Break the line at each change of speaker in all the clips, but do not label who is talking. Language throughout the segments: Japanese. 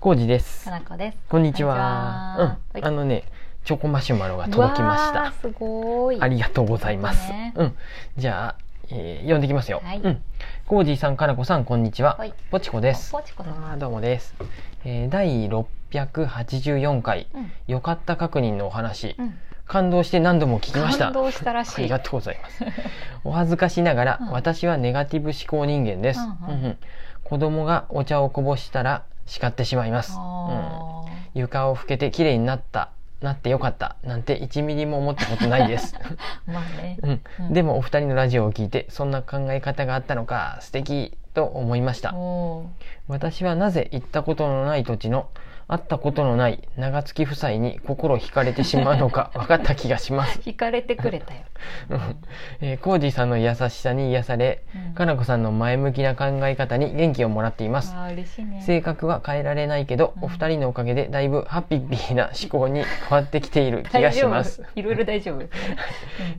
コウジです
か。なこです。
こんにちは。
こ
う
んに
ん、
ちは
あのね、チョコマシュマロが届きまし
うわ
た。
ーすごい。
ありがとうございます。
ね
うん、じゃあ、えー読んできますよ。
はい
うん、コウジさん、かなこさん、こんにちは。
はい
ポチコです。
ポチコさん。
あーどうもです。えー第684回、
うん。
よかった確認のお話、
うん。
感動して何度も聞きました。
感動したら
あ
し
り
い。
がとうございます。お恥ずかしながら、
うん
私はネガティブ思考人間です、
うん
う
うんん
うん子供がお茶をこぼしたら叱ってしまいます。うん
あ
床を拭けて綺麗になった、なってよかった、なんて1ミリも思ったことない です。
ーまあね。
うん
うん
でもお二人のラジオを聞いて、そんな考え方があったのか、素敵と思いました。
おー
私はなぜ行ったことのない土地の、会ったことのない長月夫妻に心惹かれてしまうの か分かった気がします。
惹かれてくれたよ。
うんえー、コージーさんの優しさに癒され、
うん
かなこさんの前向きな考え方に元気をもらっています。
あー嬉しいね。
性格は変えられないけど、
うん
お二人のおかげでだいぶハッピーピーな思考に変わってきている気がします
大。丈夫いろいろ 大丈夫。うん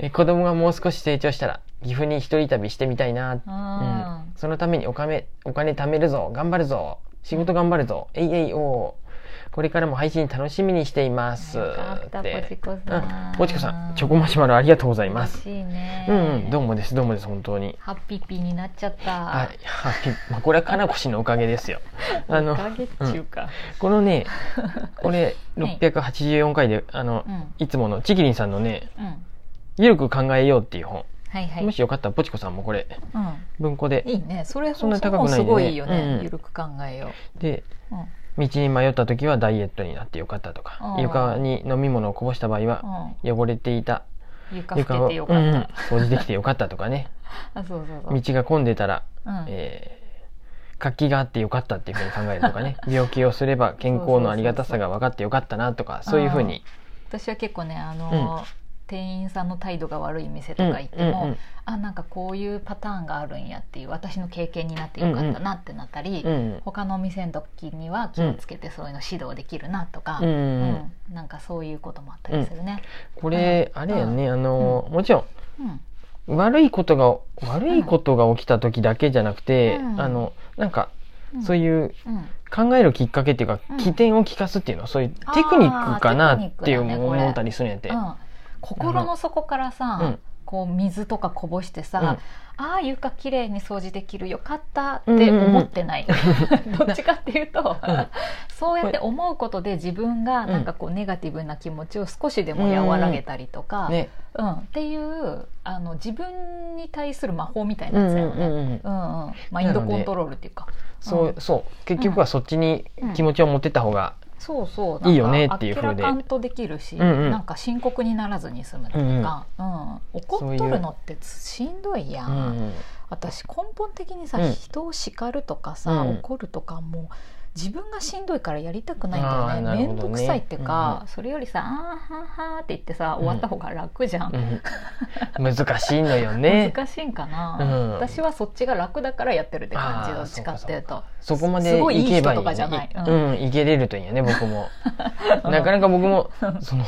えー子供がもう少し成長したら、岐阜に一人旅してみたいな。
あ
うんそのためにお金、お金貯めるぞ、頑張るぞ、仕事頑張るぞ、えいえいおーこれからも配信楽しみにしていま
ー
す。
よかったポチ
で
コ
う
さ
ん
ん。
ポチコさん、チョコマシュマロありがとうございます。
嬉しいね。
うんうん、どうもです、どうもです、本当に。
ハッピーピーになっちゃった。
あ、ハッピー、 まあ、これはかなこ氏のおかげですよ。あ
お
の、
かげっちゅうか。
この ね、これ、
はい
684回で、あの
う、ん。
いつものちぎりんさんのね、
うん。
ゆるく考えようっていう本。
はいはい。
もしよかったら、ポチコさんもこれ、
う
文庫
ん。
で。
いいね。それ
そ
そ
ん
も
な
そ
高く
も
ないね
すごいいいよ
うんう
ね
ん。
ゆるく考えよ
で、
う。うん。
道に迷った時はダイエットになってよかったとか
あ、ー
床に飲み物をこぼした場合は、汚れていた
うん、床
床
拭け
を、
てよ
う
か
ん
っ
うん
た。
掃除できてよかったとかね、
あ、そう そうそう。
道が混んでたら、
うん
えー活気があってよかったっていうふうに考えるとか ね病気をすれば健康のありがたさが分かってよかったなとかそういうふうに
私は結構ね、あのー店員さんの態度が悪い店とか行っても、
うんうん
あなんかこういうパターンがあるんやっていう私の経験になってよかったなってなったり、
うん
他のお店の時には気をつけてそういうの指導できるなとか、
うんうん
う
うん
んなんかそういうこともあったりするね。
これあれやねあのもちろ
うん
ん悪いことが悪いことが起きた時だけじゃなくて
うん
あのなんかそう
い
いう
うん、うん
考えるきっかけっていうか
うん
起点を聞かすっていうのはそういうテクニックかな
あーテクニッ
っ
クだ
てい
ね
う思ったりするんやって。
うん、心の底からさ、
うん
こう水とかこぼしてさ、
うん
ああ床きれいに掃除できるよかったって思って ない、どっちかっていう と、
うん
そうやって思うことで自分がなんかこうネガティブな気持ちを少しでも和らげたりとか、うん
ね
っていうあの自分に対する魔法みたい
うん
な
う
や
ん
つだ
う
よね。
んうん
うんうん、マインドコントロールっていうか
そうそう結局はそっちに気持ちを持ってった方が
そうそう
いいよねっていう風
なん
で
か明らかんとできるし、
うんうん
なんか深刻にならずに済むとか、うん怒っとるのってしんどいやん
うんうん
私根本的にさ、
うん
人を叱るとかさ、
うん
怒るとかもう自分がしんどいからやりたくないん
あー
だ
な
よ
る
ね
ほどね
面倒、くさいっていう
うん
か、
う
それよりさ「あーはーはー」って言ってさ終わった方が楽じゃん、
うん難しいのよね。
難しいんかな、
うん
私はそっちが楽だからやってるって感じ
あー
どっちかっていうと
そこまです
ごい
行
い
け
い
ば
人
いい。
とかじゃない、
いうん、行けれるといいよね、僕 も。なかなか僕も、その、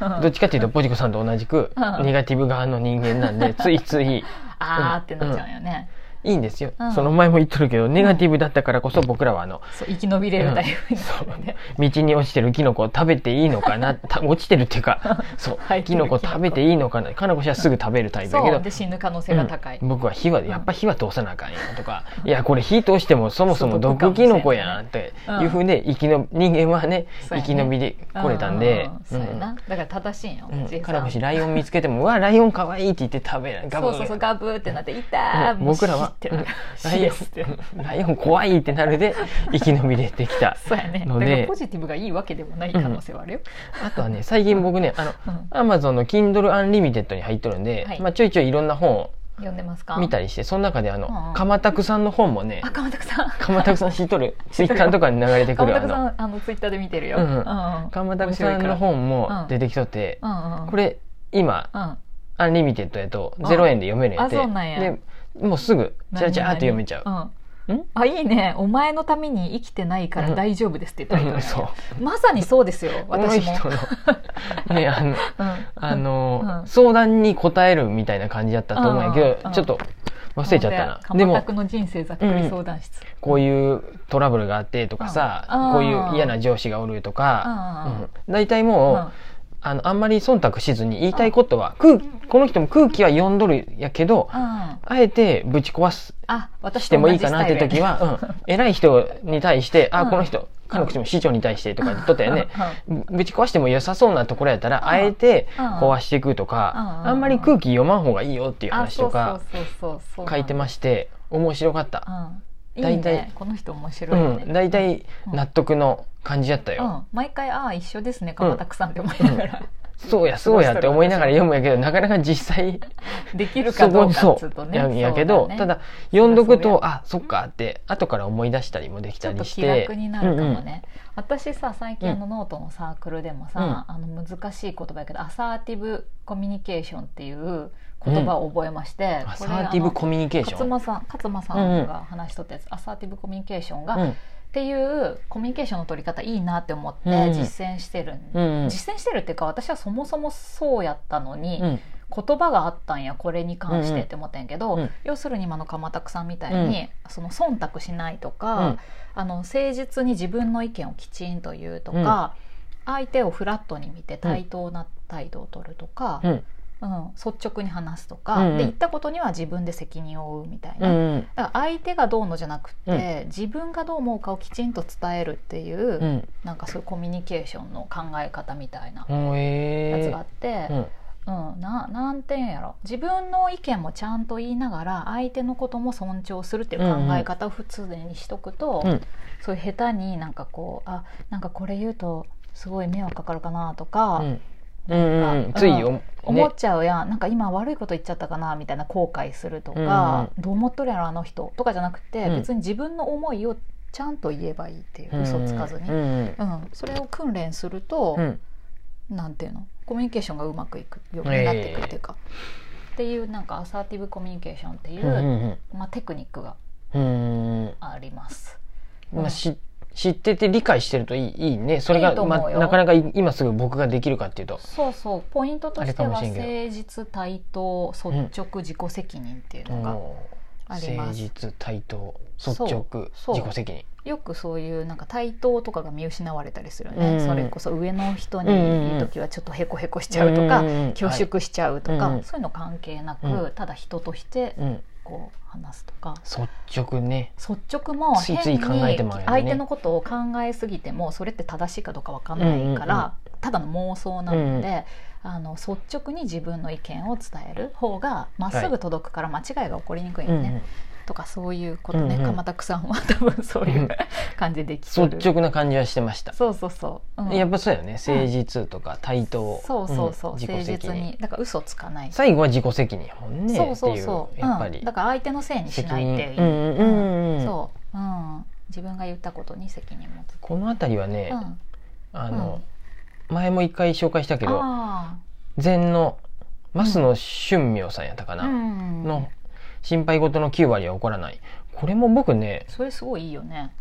うん
どっちかっていうと、ポジコさんと同じく
う、ん
ネガティブ側の人間なん で、ついつい、
あーってなっちゃうよね、
いいんですよ
う。ん
その前も言っとるけど、ネガティブだったからこそ僕らは、あの、
そう生き延びれるタイプになるね、
道に落ちてるキノコを食べていいのか な、た落ちてるっていうか、そう
生え、て
キ
る
ノコ食べていいのかな、かなこ氏はすぐ食べるタイプだけ
そ
ど
う、で死ぬ可能性が高い、
うん僕は火はやっぱ火は通さなあかんよとか、いやこれ火通してもそもそも
そう
毒
毒かもし
キ
れな
ノ
い
コやんっていうふうで生きの人間はね
そう
生
や
き
ね
延びでこれたんで
うう、そうやなだから正しいんよ、
うん
ジェイさん
カラムシライオン見つけても「うわライオンかわいい」って言って食べないガブ
そうそうそうガブーってなって「痛ー、
うん僕らは
虫ってなる
ライオン
CS って
うんライオン怖いってなるで生き延びれてきた
そうやね
の
だ
で
からポジティブがいいわけでもない可能性はあるよ、
あとはね最近僕ねあの
うん
アマゾンの Kindle Unlimited に入っとるんで、
はい
まあ、ちょいちょいいろんな本を
読んでますか
見たりしてその中であの、
うんうん
鎌田さんの本もね
あ鎌田さん
鎌田さん知っと るツイッターとかに流れてくる
鎌
あ
田
の
さんあのツイッターで見てるよ、
う
うんん
うん鎌田さんの本も出てきとって、
うんうん
これ今
うん
アンリミテッドやと
あ
0円で読めるんやって
あそうなんや
でもうすぐチラチラーって読めちゃう
う、
ん
あいいねお前のために生きてないから大丈夫ですって言った
うん そう
まさにそうですよ
この
私も
人のねあの
うん
あの、
うん
相談に答えるみたいな感じだったと思うんやけど、
うんうん
ちょっと忘れちゃったな。で
でも
も、
の人生ざっくり相談室、
こういうトラブルがあってとかさ、
うん
こういう嫌な上司がおると
うん
か、うん、大体もう、
うん
あの、あんまり忖度しずに言いたいことは、空、この人も空気は読んどるやけど、
あ
あえてぶち壊す、
あ私
し
と
ても
同
い
じ
い
スタ
か
イル
なって時は、うん、偉い人に対して、あ、
うん
この人、彼の口も市長に対してとか言っとったよね。
うんうん
ぶぶち壊しても良さそうなところやった
うん
ら、あえて
うん
壊していくとか
う、ん
あんまり空気読まん方がいいよっていう
あ
話
そ
と
う
か
そうそうそうそう
書いてま
し
して、面白かった。
た、うん、いい
大体
ねこの人面白いよね、
うん、大体
うん
納得の感じやった
う
よ。
ん、毎回ああ一緒ですね鎌田さんって思いながら、
そうや、そうやって思いながら読むやけど、なかなか実際、
できるか
そ
ど
こ
う
に
かっ
そ
つうと
う
ね
やんやけ
そ
ど、
うね
ただ読んどく
そりゃそう
とあそっかって後から思い出したりもでき
ち
た
ょっと
りし
気
て
楽になるかもね、
うんうん
私さ最近あのノートのサークルでもさ、あの難しい言葉やけどアサーティブコミュニケーションっていう言葉を覚えまして、
アサーティブコミュニケーション
勝間さん勝間さんが話しとったやつ、アサーティブコミュニケーションが、
う
っ
ん
ていうコミュニケーションの取り方いいなって思って
うんうん
実践してる、ん
うんうん
実践してるっていうか私はそもそもそうやったのに、
うん
言葉があったんやこれに関してって思ったんやけ
う
ど、
んうん
要するに今の鎌田さんみたいに、その忖度しないと
う
か、
ん
あの誠実に自分の意見をきちんと言うとか、相手をフラットに見て対等な態度を取るとか、
うん
うん率直に話すとか、
うんうん
で言ったことには自分で責任を負うみたいな。
うん
だから相手がどうのじゃなくて、自分がどう思うかをきちんと伝えるっていう、
うん
なんかそういうコミュニケーションの考え方みたいな
うん
やつ
え
があって、
ー
うん、ななんていうんやろ自分の意見もちゃんと言いながら相手のことも尊重するっていう考え方を普通にしとくと、
うん
そういう下手になんかこうあなんかこれ言うとすごい迷惑かかるかなとか、
うんうんうんうん
なんか
ついよ
思っちゃうやん、なんか今悪いこと言っちゃったかなみたいな後悔するとか、どう思っとるやろあの人とかじゃなくて、
うん
別に自分の思いをちゃんと言えばいいっていう、
ね
嘘つかずに、
う
うん
ん
それを訓練すると、
うんうん
なんていうのコミュニケーションがうまくいくようになっていくっていうか、っていうなんかアサーティブコミュニケーションっていう、
うんうん
まあ、テクニックが
うんうん
あります。
まあし知ってて理解してるといいいいねそれ
いいと
が
思
ま
うよ
あなかなかい今すぐ僕ができるかっていうと
そうそうポイントとしては
あれかもしれんけ
誠
ど
実対等率直自己責任っていうのが
うん
ありま
誠
す、
実対等
そう
率直
そう
自己責任
よくそういうなんか対等とかが見失われたりするよね、
うん
それこそ上の人
うん
に
うんう
い
ん
い時はちょっとへこへこしちゃうとか、
うんうんうん
恐縮しちゃうとか、
はいうん
そういうの関係なく、
う
ただ人として
はいうん
こう話すとか、
率直ね
率直も
ついつ
変
い
に
考えてまうよね
相手のことを考えすぎてもそれって正しいかどうかわかんないから、
うんうん
ただの妄想なので、あの率直に自分の意見を伝える方がまっすぐ届くから間違いが起こりにくいよね、
うんうん
とかそういうことね、
うんうん
鎌田さんは多分そういううん感じできてる
率直な感じはしてました
そうそうそう、うん
やっぱそうよね誠実とか対等
そうそうそう、
ん
誠実にだから嘘つかない、
最後は自己責任やもんね
そうそうそ
っ
う
ていうやっぱ
う
り
ん、だから相手のせいにし
責
ないっ
任
ていうう、
んうんうんうん
そう、うん、自分が言ったことに責任持つ、
この辺りはね
うん
あの前も一回紹介したけど
あ
禅の増野俊明さんやったか
あ
な
うん
の心配事の9割は起こらないこれも僕ね
それすごいいいよね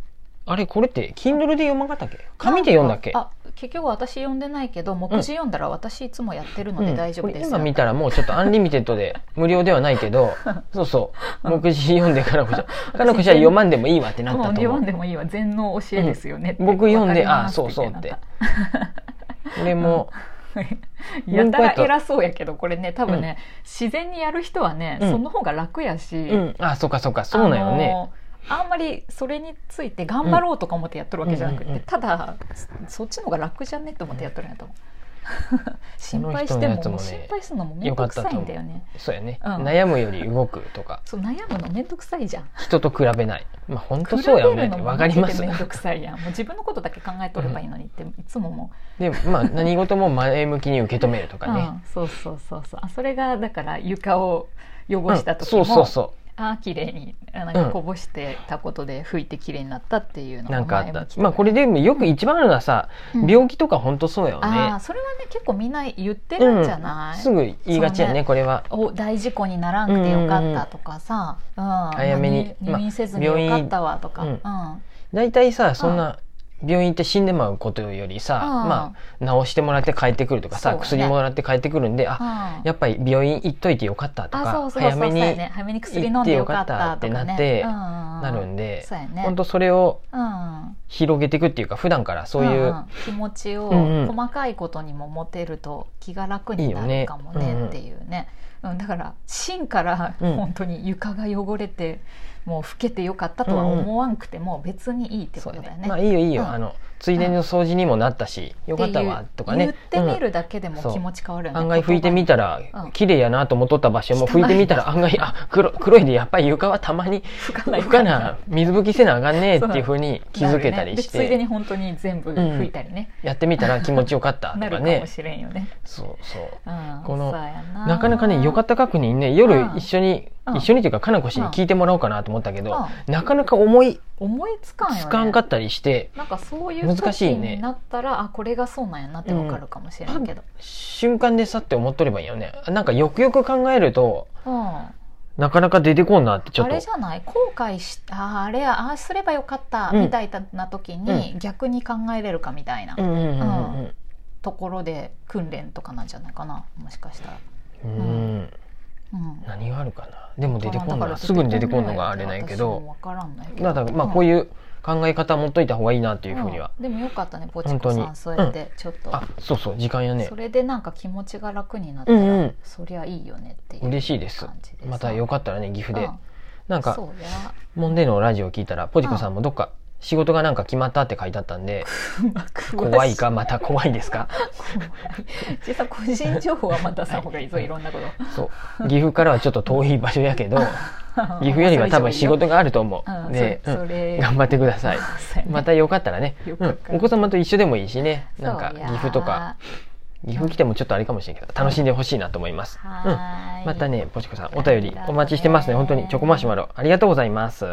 あれこれって Kindle で読まんかったっけ紙で読んだっけ
なんかあ結局私読んでないけど目次読んだら私いつもやってるの
う
で
ん
大丈夫です、
これ今見たらもうちょっとアンリミテッドで無料ではないけ どそうそう目次読んでからこそかなこちゃん読まんでもいいわってなった
もう
と
読
思
ん
う
でもいいわ全能教えですよねって、
僕読んで
わかり
あ
ま
あ
す
そうそうって
な
これも
やたら偉そうやけどこれね多分ね、自然にやる人はね、
うん
その方が楽やし、
うんあそうかそうかそうなんよ
あ
ね
のあんまりそれについて頑張ろうとか思ってやっとるわけじゃなくて、
うんうんうんうん
ただそそっちの方が楽じゃねって思ってやっとるんやと 思う心
の
配し
人の
ても
やつもね
もう心配するのも面倒くさいんだよね
そうやね
うん
悩むより動くとか
そう悩むの面倒くさいじゃん
人と比べないまあ本当
比
そう
べ
やよ
る
ね
のも
わかります
面倒くさいやんもう自分のことだけ考えとればいいの にっていつもも
でまあ何事も前向きに受け止めると
う、
かね
うんそうそうそうそうあそれがだから床を汚した
うん
時も、
そうそうそ
あー綺麗にあなんかこぼしてたことで拭いて綺麗になったっていうの
うな
が
んかあ
前
っ
向
た
き
まあこれでもよく一番あるのはさ
うん
病気とか本当そうやよ
ああ
ね
それはね結構みんな言ってるんじゃない、
すぐ言いがちや
そう
ねこれは
お大事故にならんくてよかったとかさ、うん
早めに
入入院せずに
まあ
よかったわとか、
病院大体さそんな病院行って死んでまうことよりさ、
うん
まあ治してもらって帰ってくるとかさ、
そうだね
薬もらって帰ってくるんであ、
あ
やっぱり病院行っといてよかったと
あそ
か
うそうそう
早
そう
めに
やね早めに薬飲んでよかったとか
行
ね
ってよ
う
か
ん
っ
うう
なるんで、
そうやね
本当それを
うん
広げていくっていうか普段からそうい
ん
う、
ん気持ちを
うんうん
細かいことにも持てると気が楽にな
い
い
よね
るかもねっていうねうんだから芯から
うん
本当に床が汚れてもう老けてよかったとは思わんくても別にいいって
そ
こ
う
と
だ
だよ
ね
ね。
まあいいよいいよ、
うん
あのついでの掃除にもなったし、よかったわとかね
っていう言ってみるだけでも
そう
気持ち変わる
うん
よね。
案外拭いてみたら
うん
綺麗やなと思っとった場所も
汚い
拭いてみたら案外あ黒黒いでやっぱり床はたまに
言葉
拭かな水拭きせなあかんねっていうふうに気づけたりし
なるねでついで
て
に本当に全部拭いたりね、
やってみたら気持ちよかったと
な
か
るか
ね
もしれんよね。
そうそう
うん、
この
そうや
なかなかねよか
っ
った確認ね夜
うん
一緒に
うん
一緒にというかかなこ氏に聞いてもらおうかなと思ったけど
う
なかなか思い
思いつかんよね。
つかんかったりして
なんかそういう
難し
時
いね
になったら、あこれがそうなんやなってわかるかもしれんけど、
瞬間でさって思っとればいいよねなんかよくよく考えると
うん
なかなか出てこんなってちょ
あ
っ
れ
と
じゃない後悔しあーあれやああすればよかった
うん
みたいな時に、逆に考えれるかみたいな
うんうんうんうん
ところで訓練とかなんじゃないかなもしかしたら。
うんうん
うん
何があるかなでも出てこん
だか
の
ら
すぐに出てこんのがあれないけ
私も
ど
わからんないけ
だ
ど
からまあこう
う
いう考え方持っといた方がいいなっていうふうには、
んでもよかったねぼちこ
本当
さん
に
そうやってちょっと、
あそうそう時間やね
それでなんか気持ちが楽になった
う
ら、
んうん
そりゃいいよねっていう
嬉しいです
感じでさ
またよかったらね岐阜で、
うん
なんか
そうや
モンデーのラジオ聞いたらポジコさんもどっか仕事がなんか決まったって書いてあったん で怖いかまた怖いですか
実は個人情報はまたさ方がいいぞ
はい
いろんなこと
そう岐阜からはちょっと遠い場所やけど 岐阜よりは多分仕事があると思
う
うんで、
それ
う
そ
ん
れ
頑張ってくだ さい
そうやね
またよかったらね、
よ
う
かっ
ん
た、ら
お子様と一緒でもいいしねなんか
そう
岐
や
阜とか岐阜来てもちょっとあれかもしれんけど楽しんでほしいなと思います、うん、
はーい
またねポチコさんお便
あり
り
がとうね
お待ちしてますね本当にチョコマシュマロありがとうございます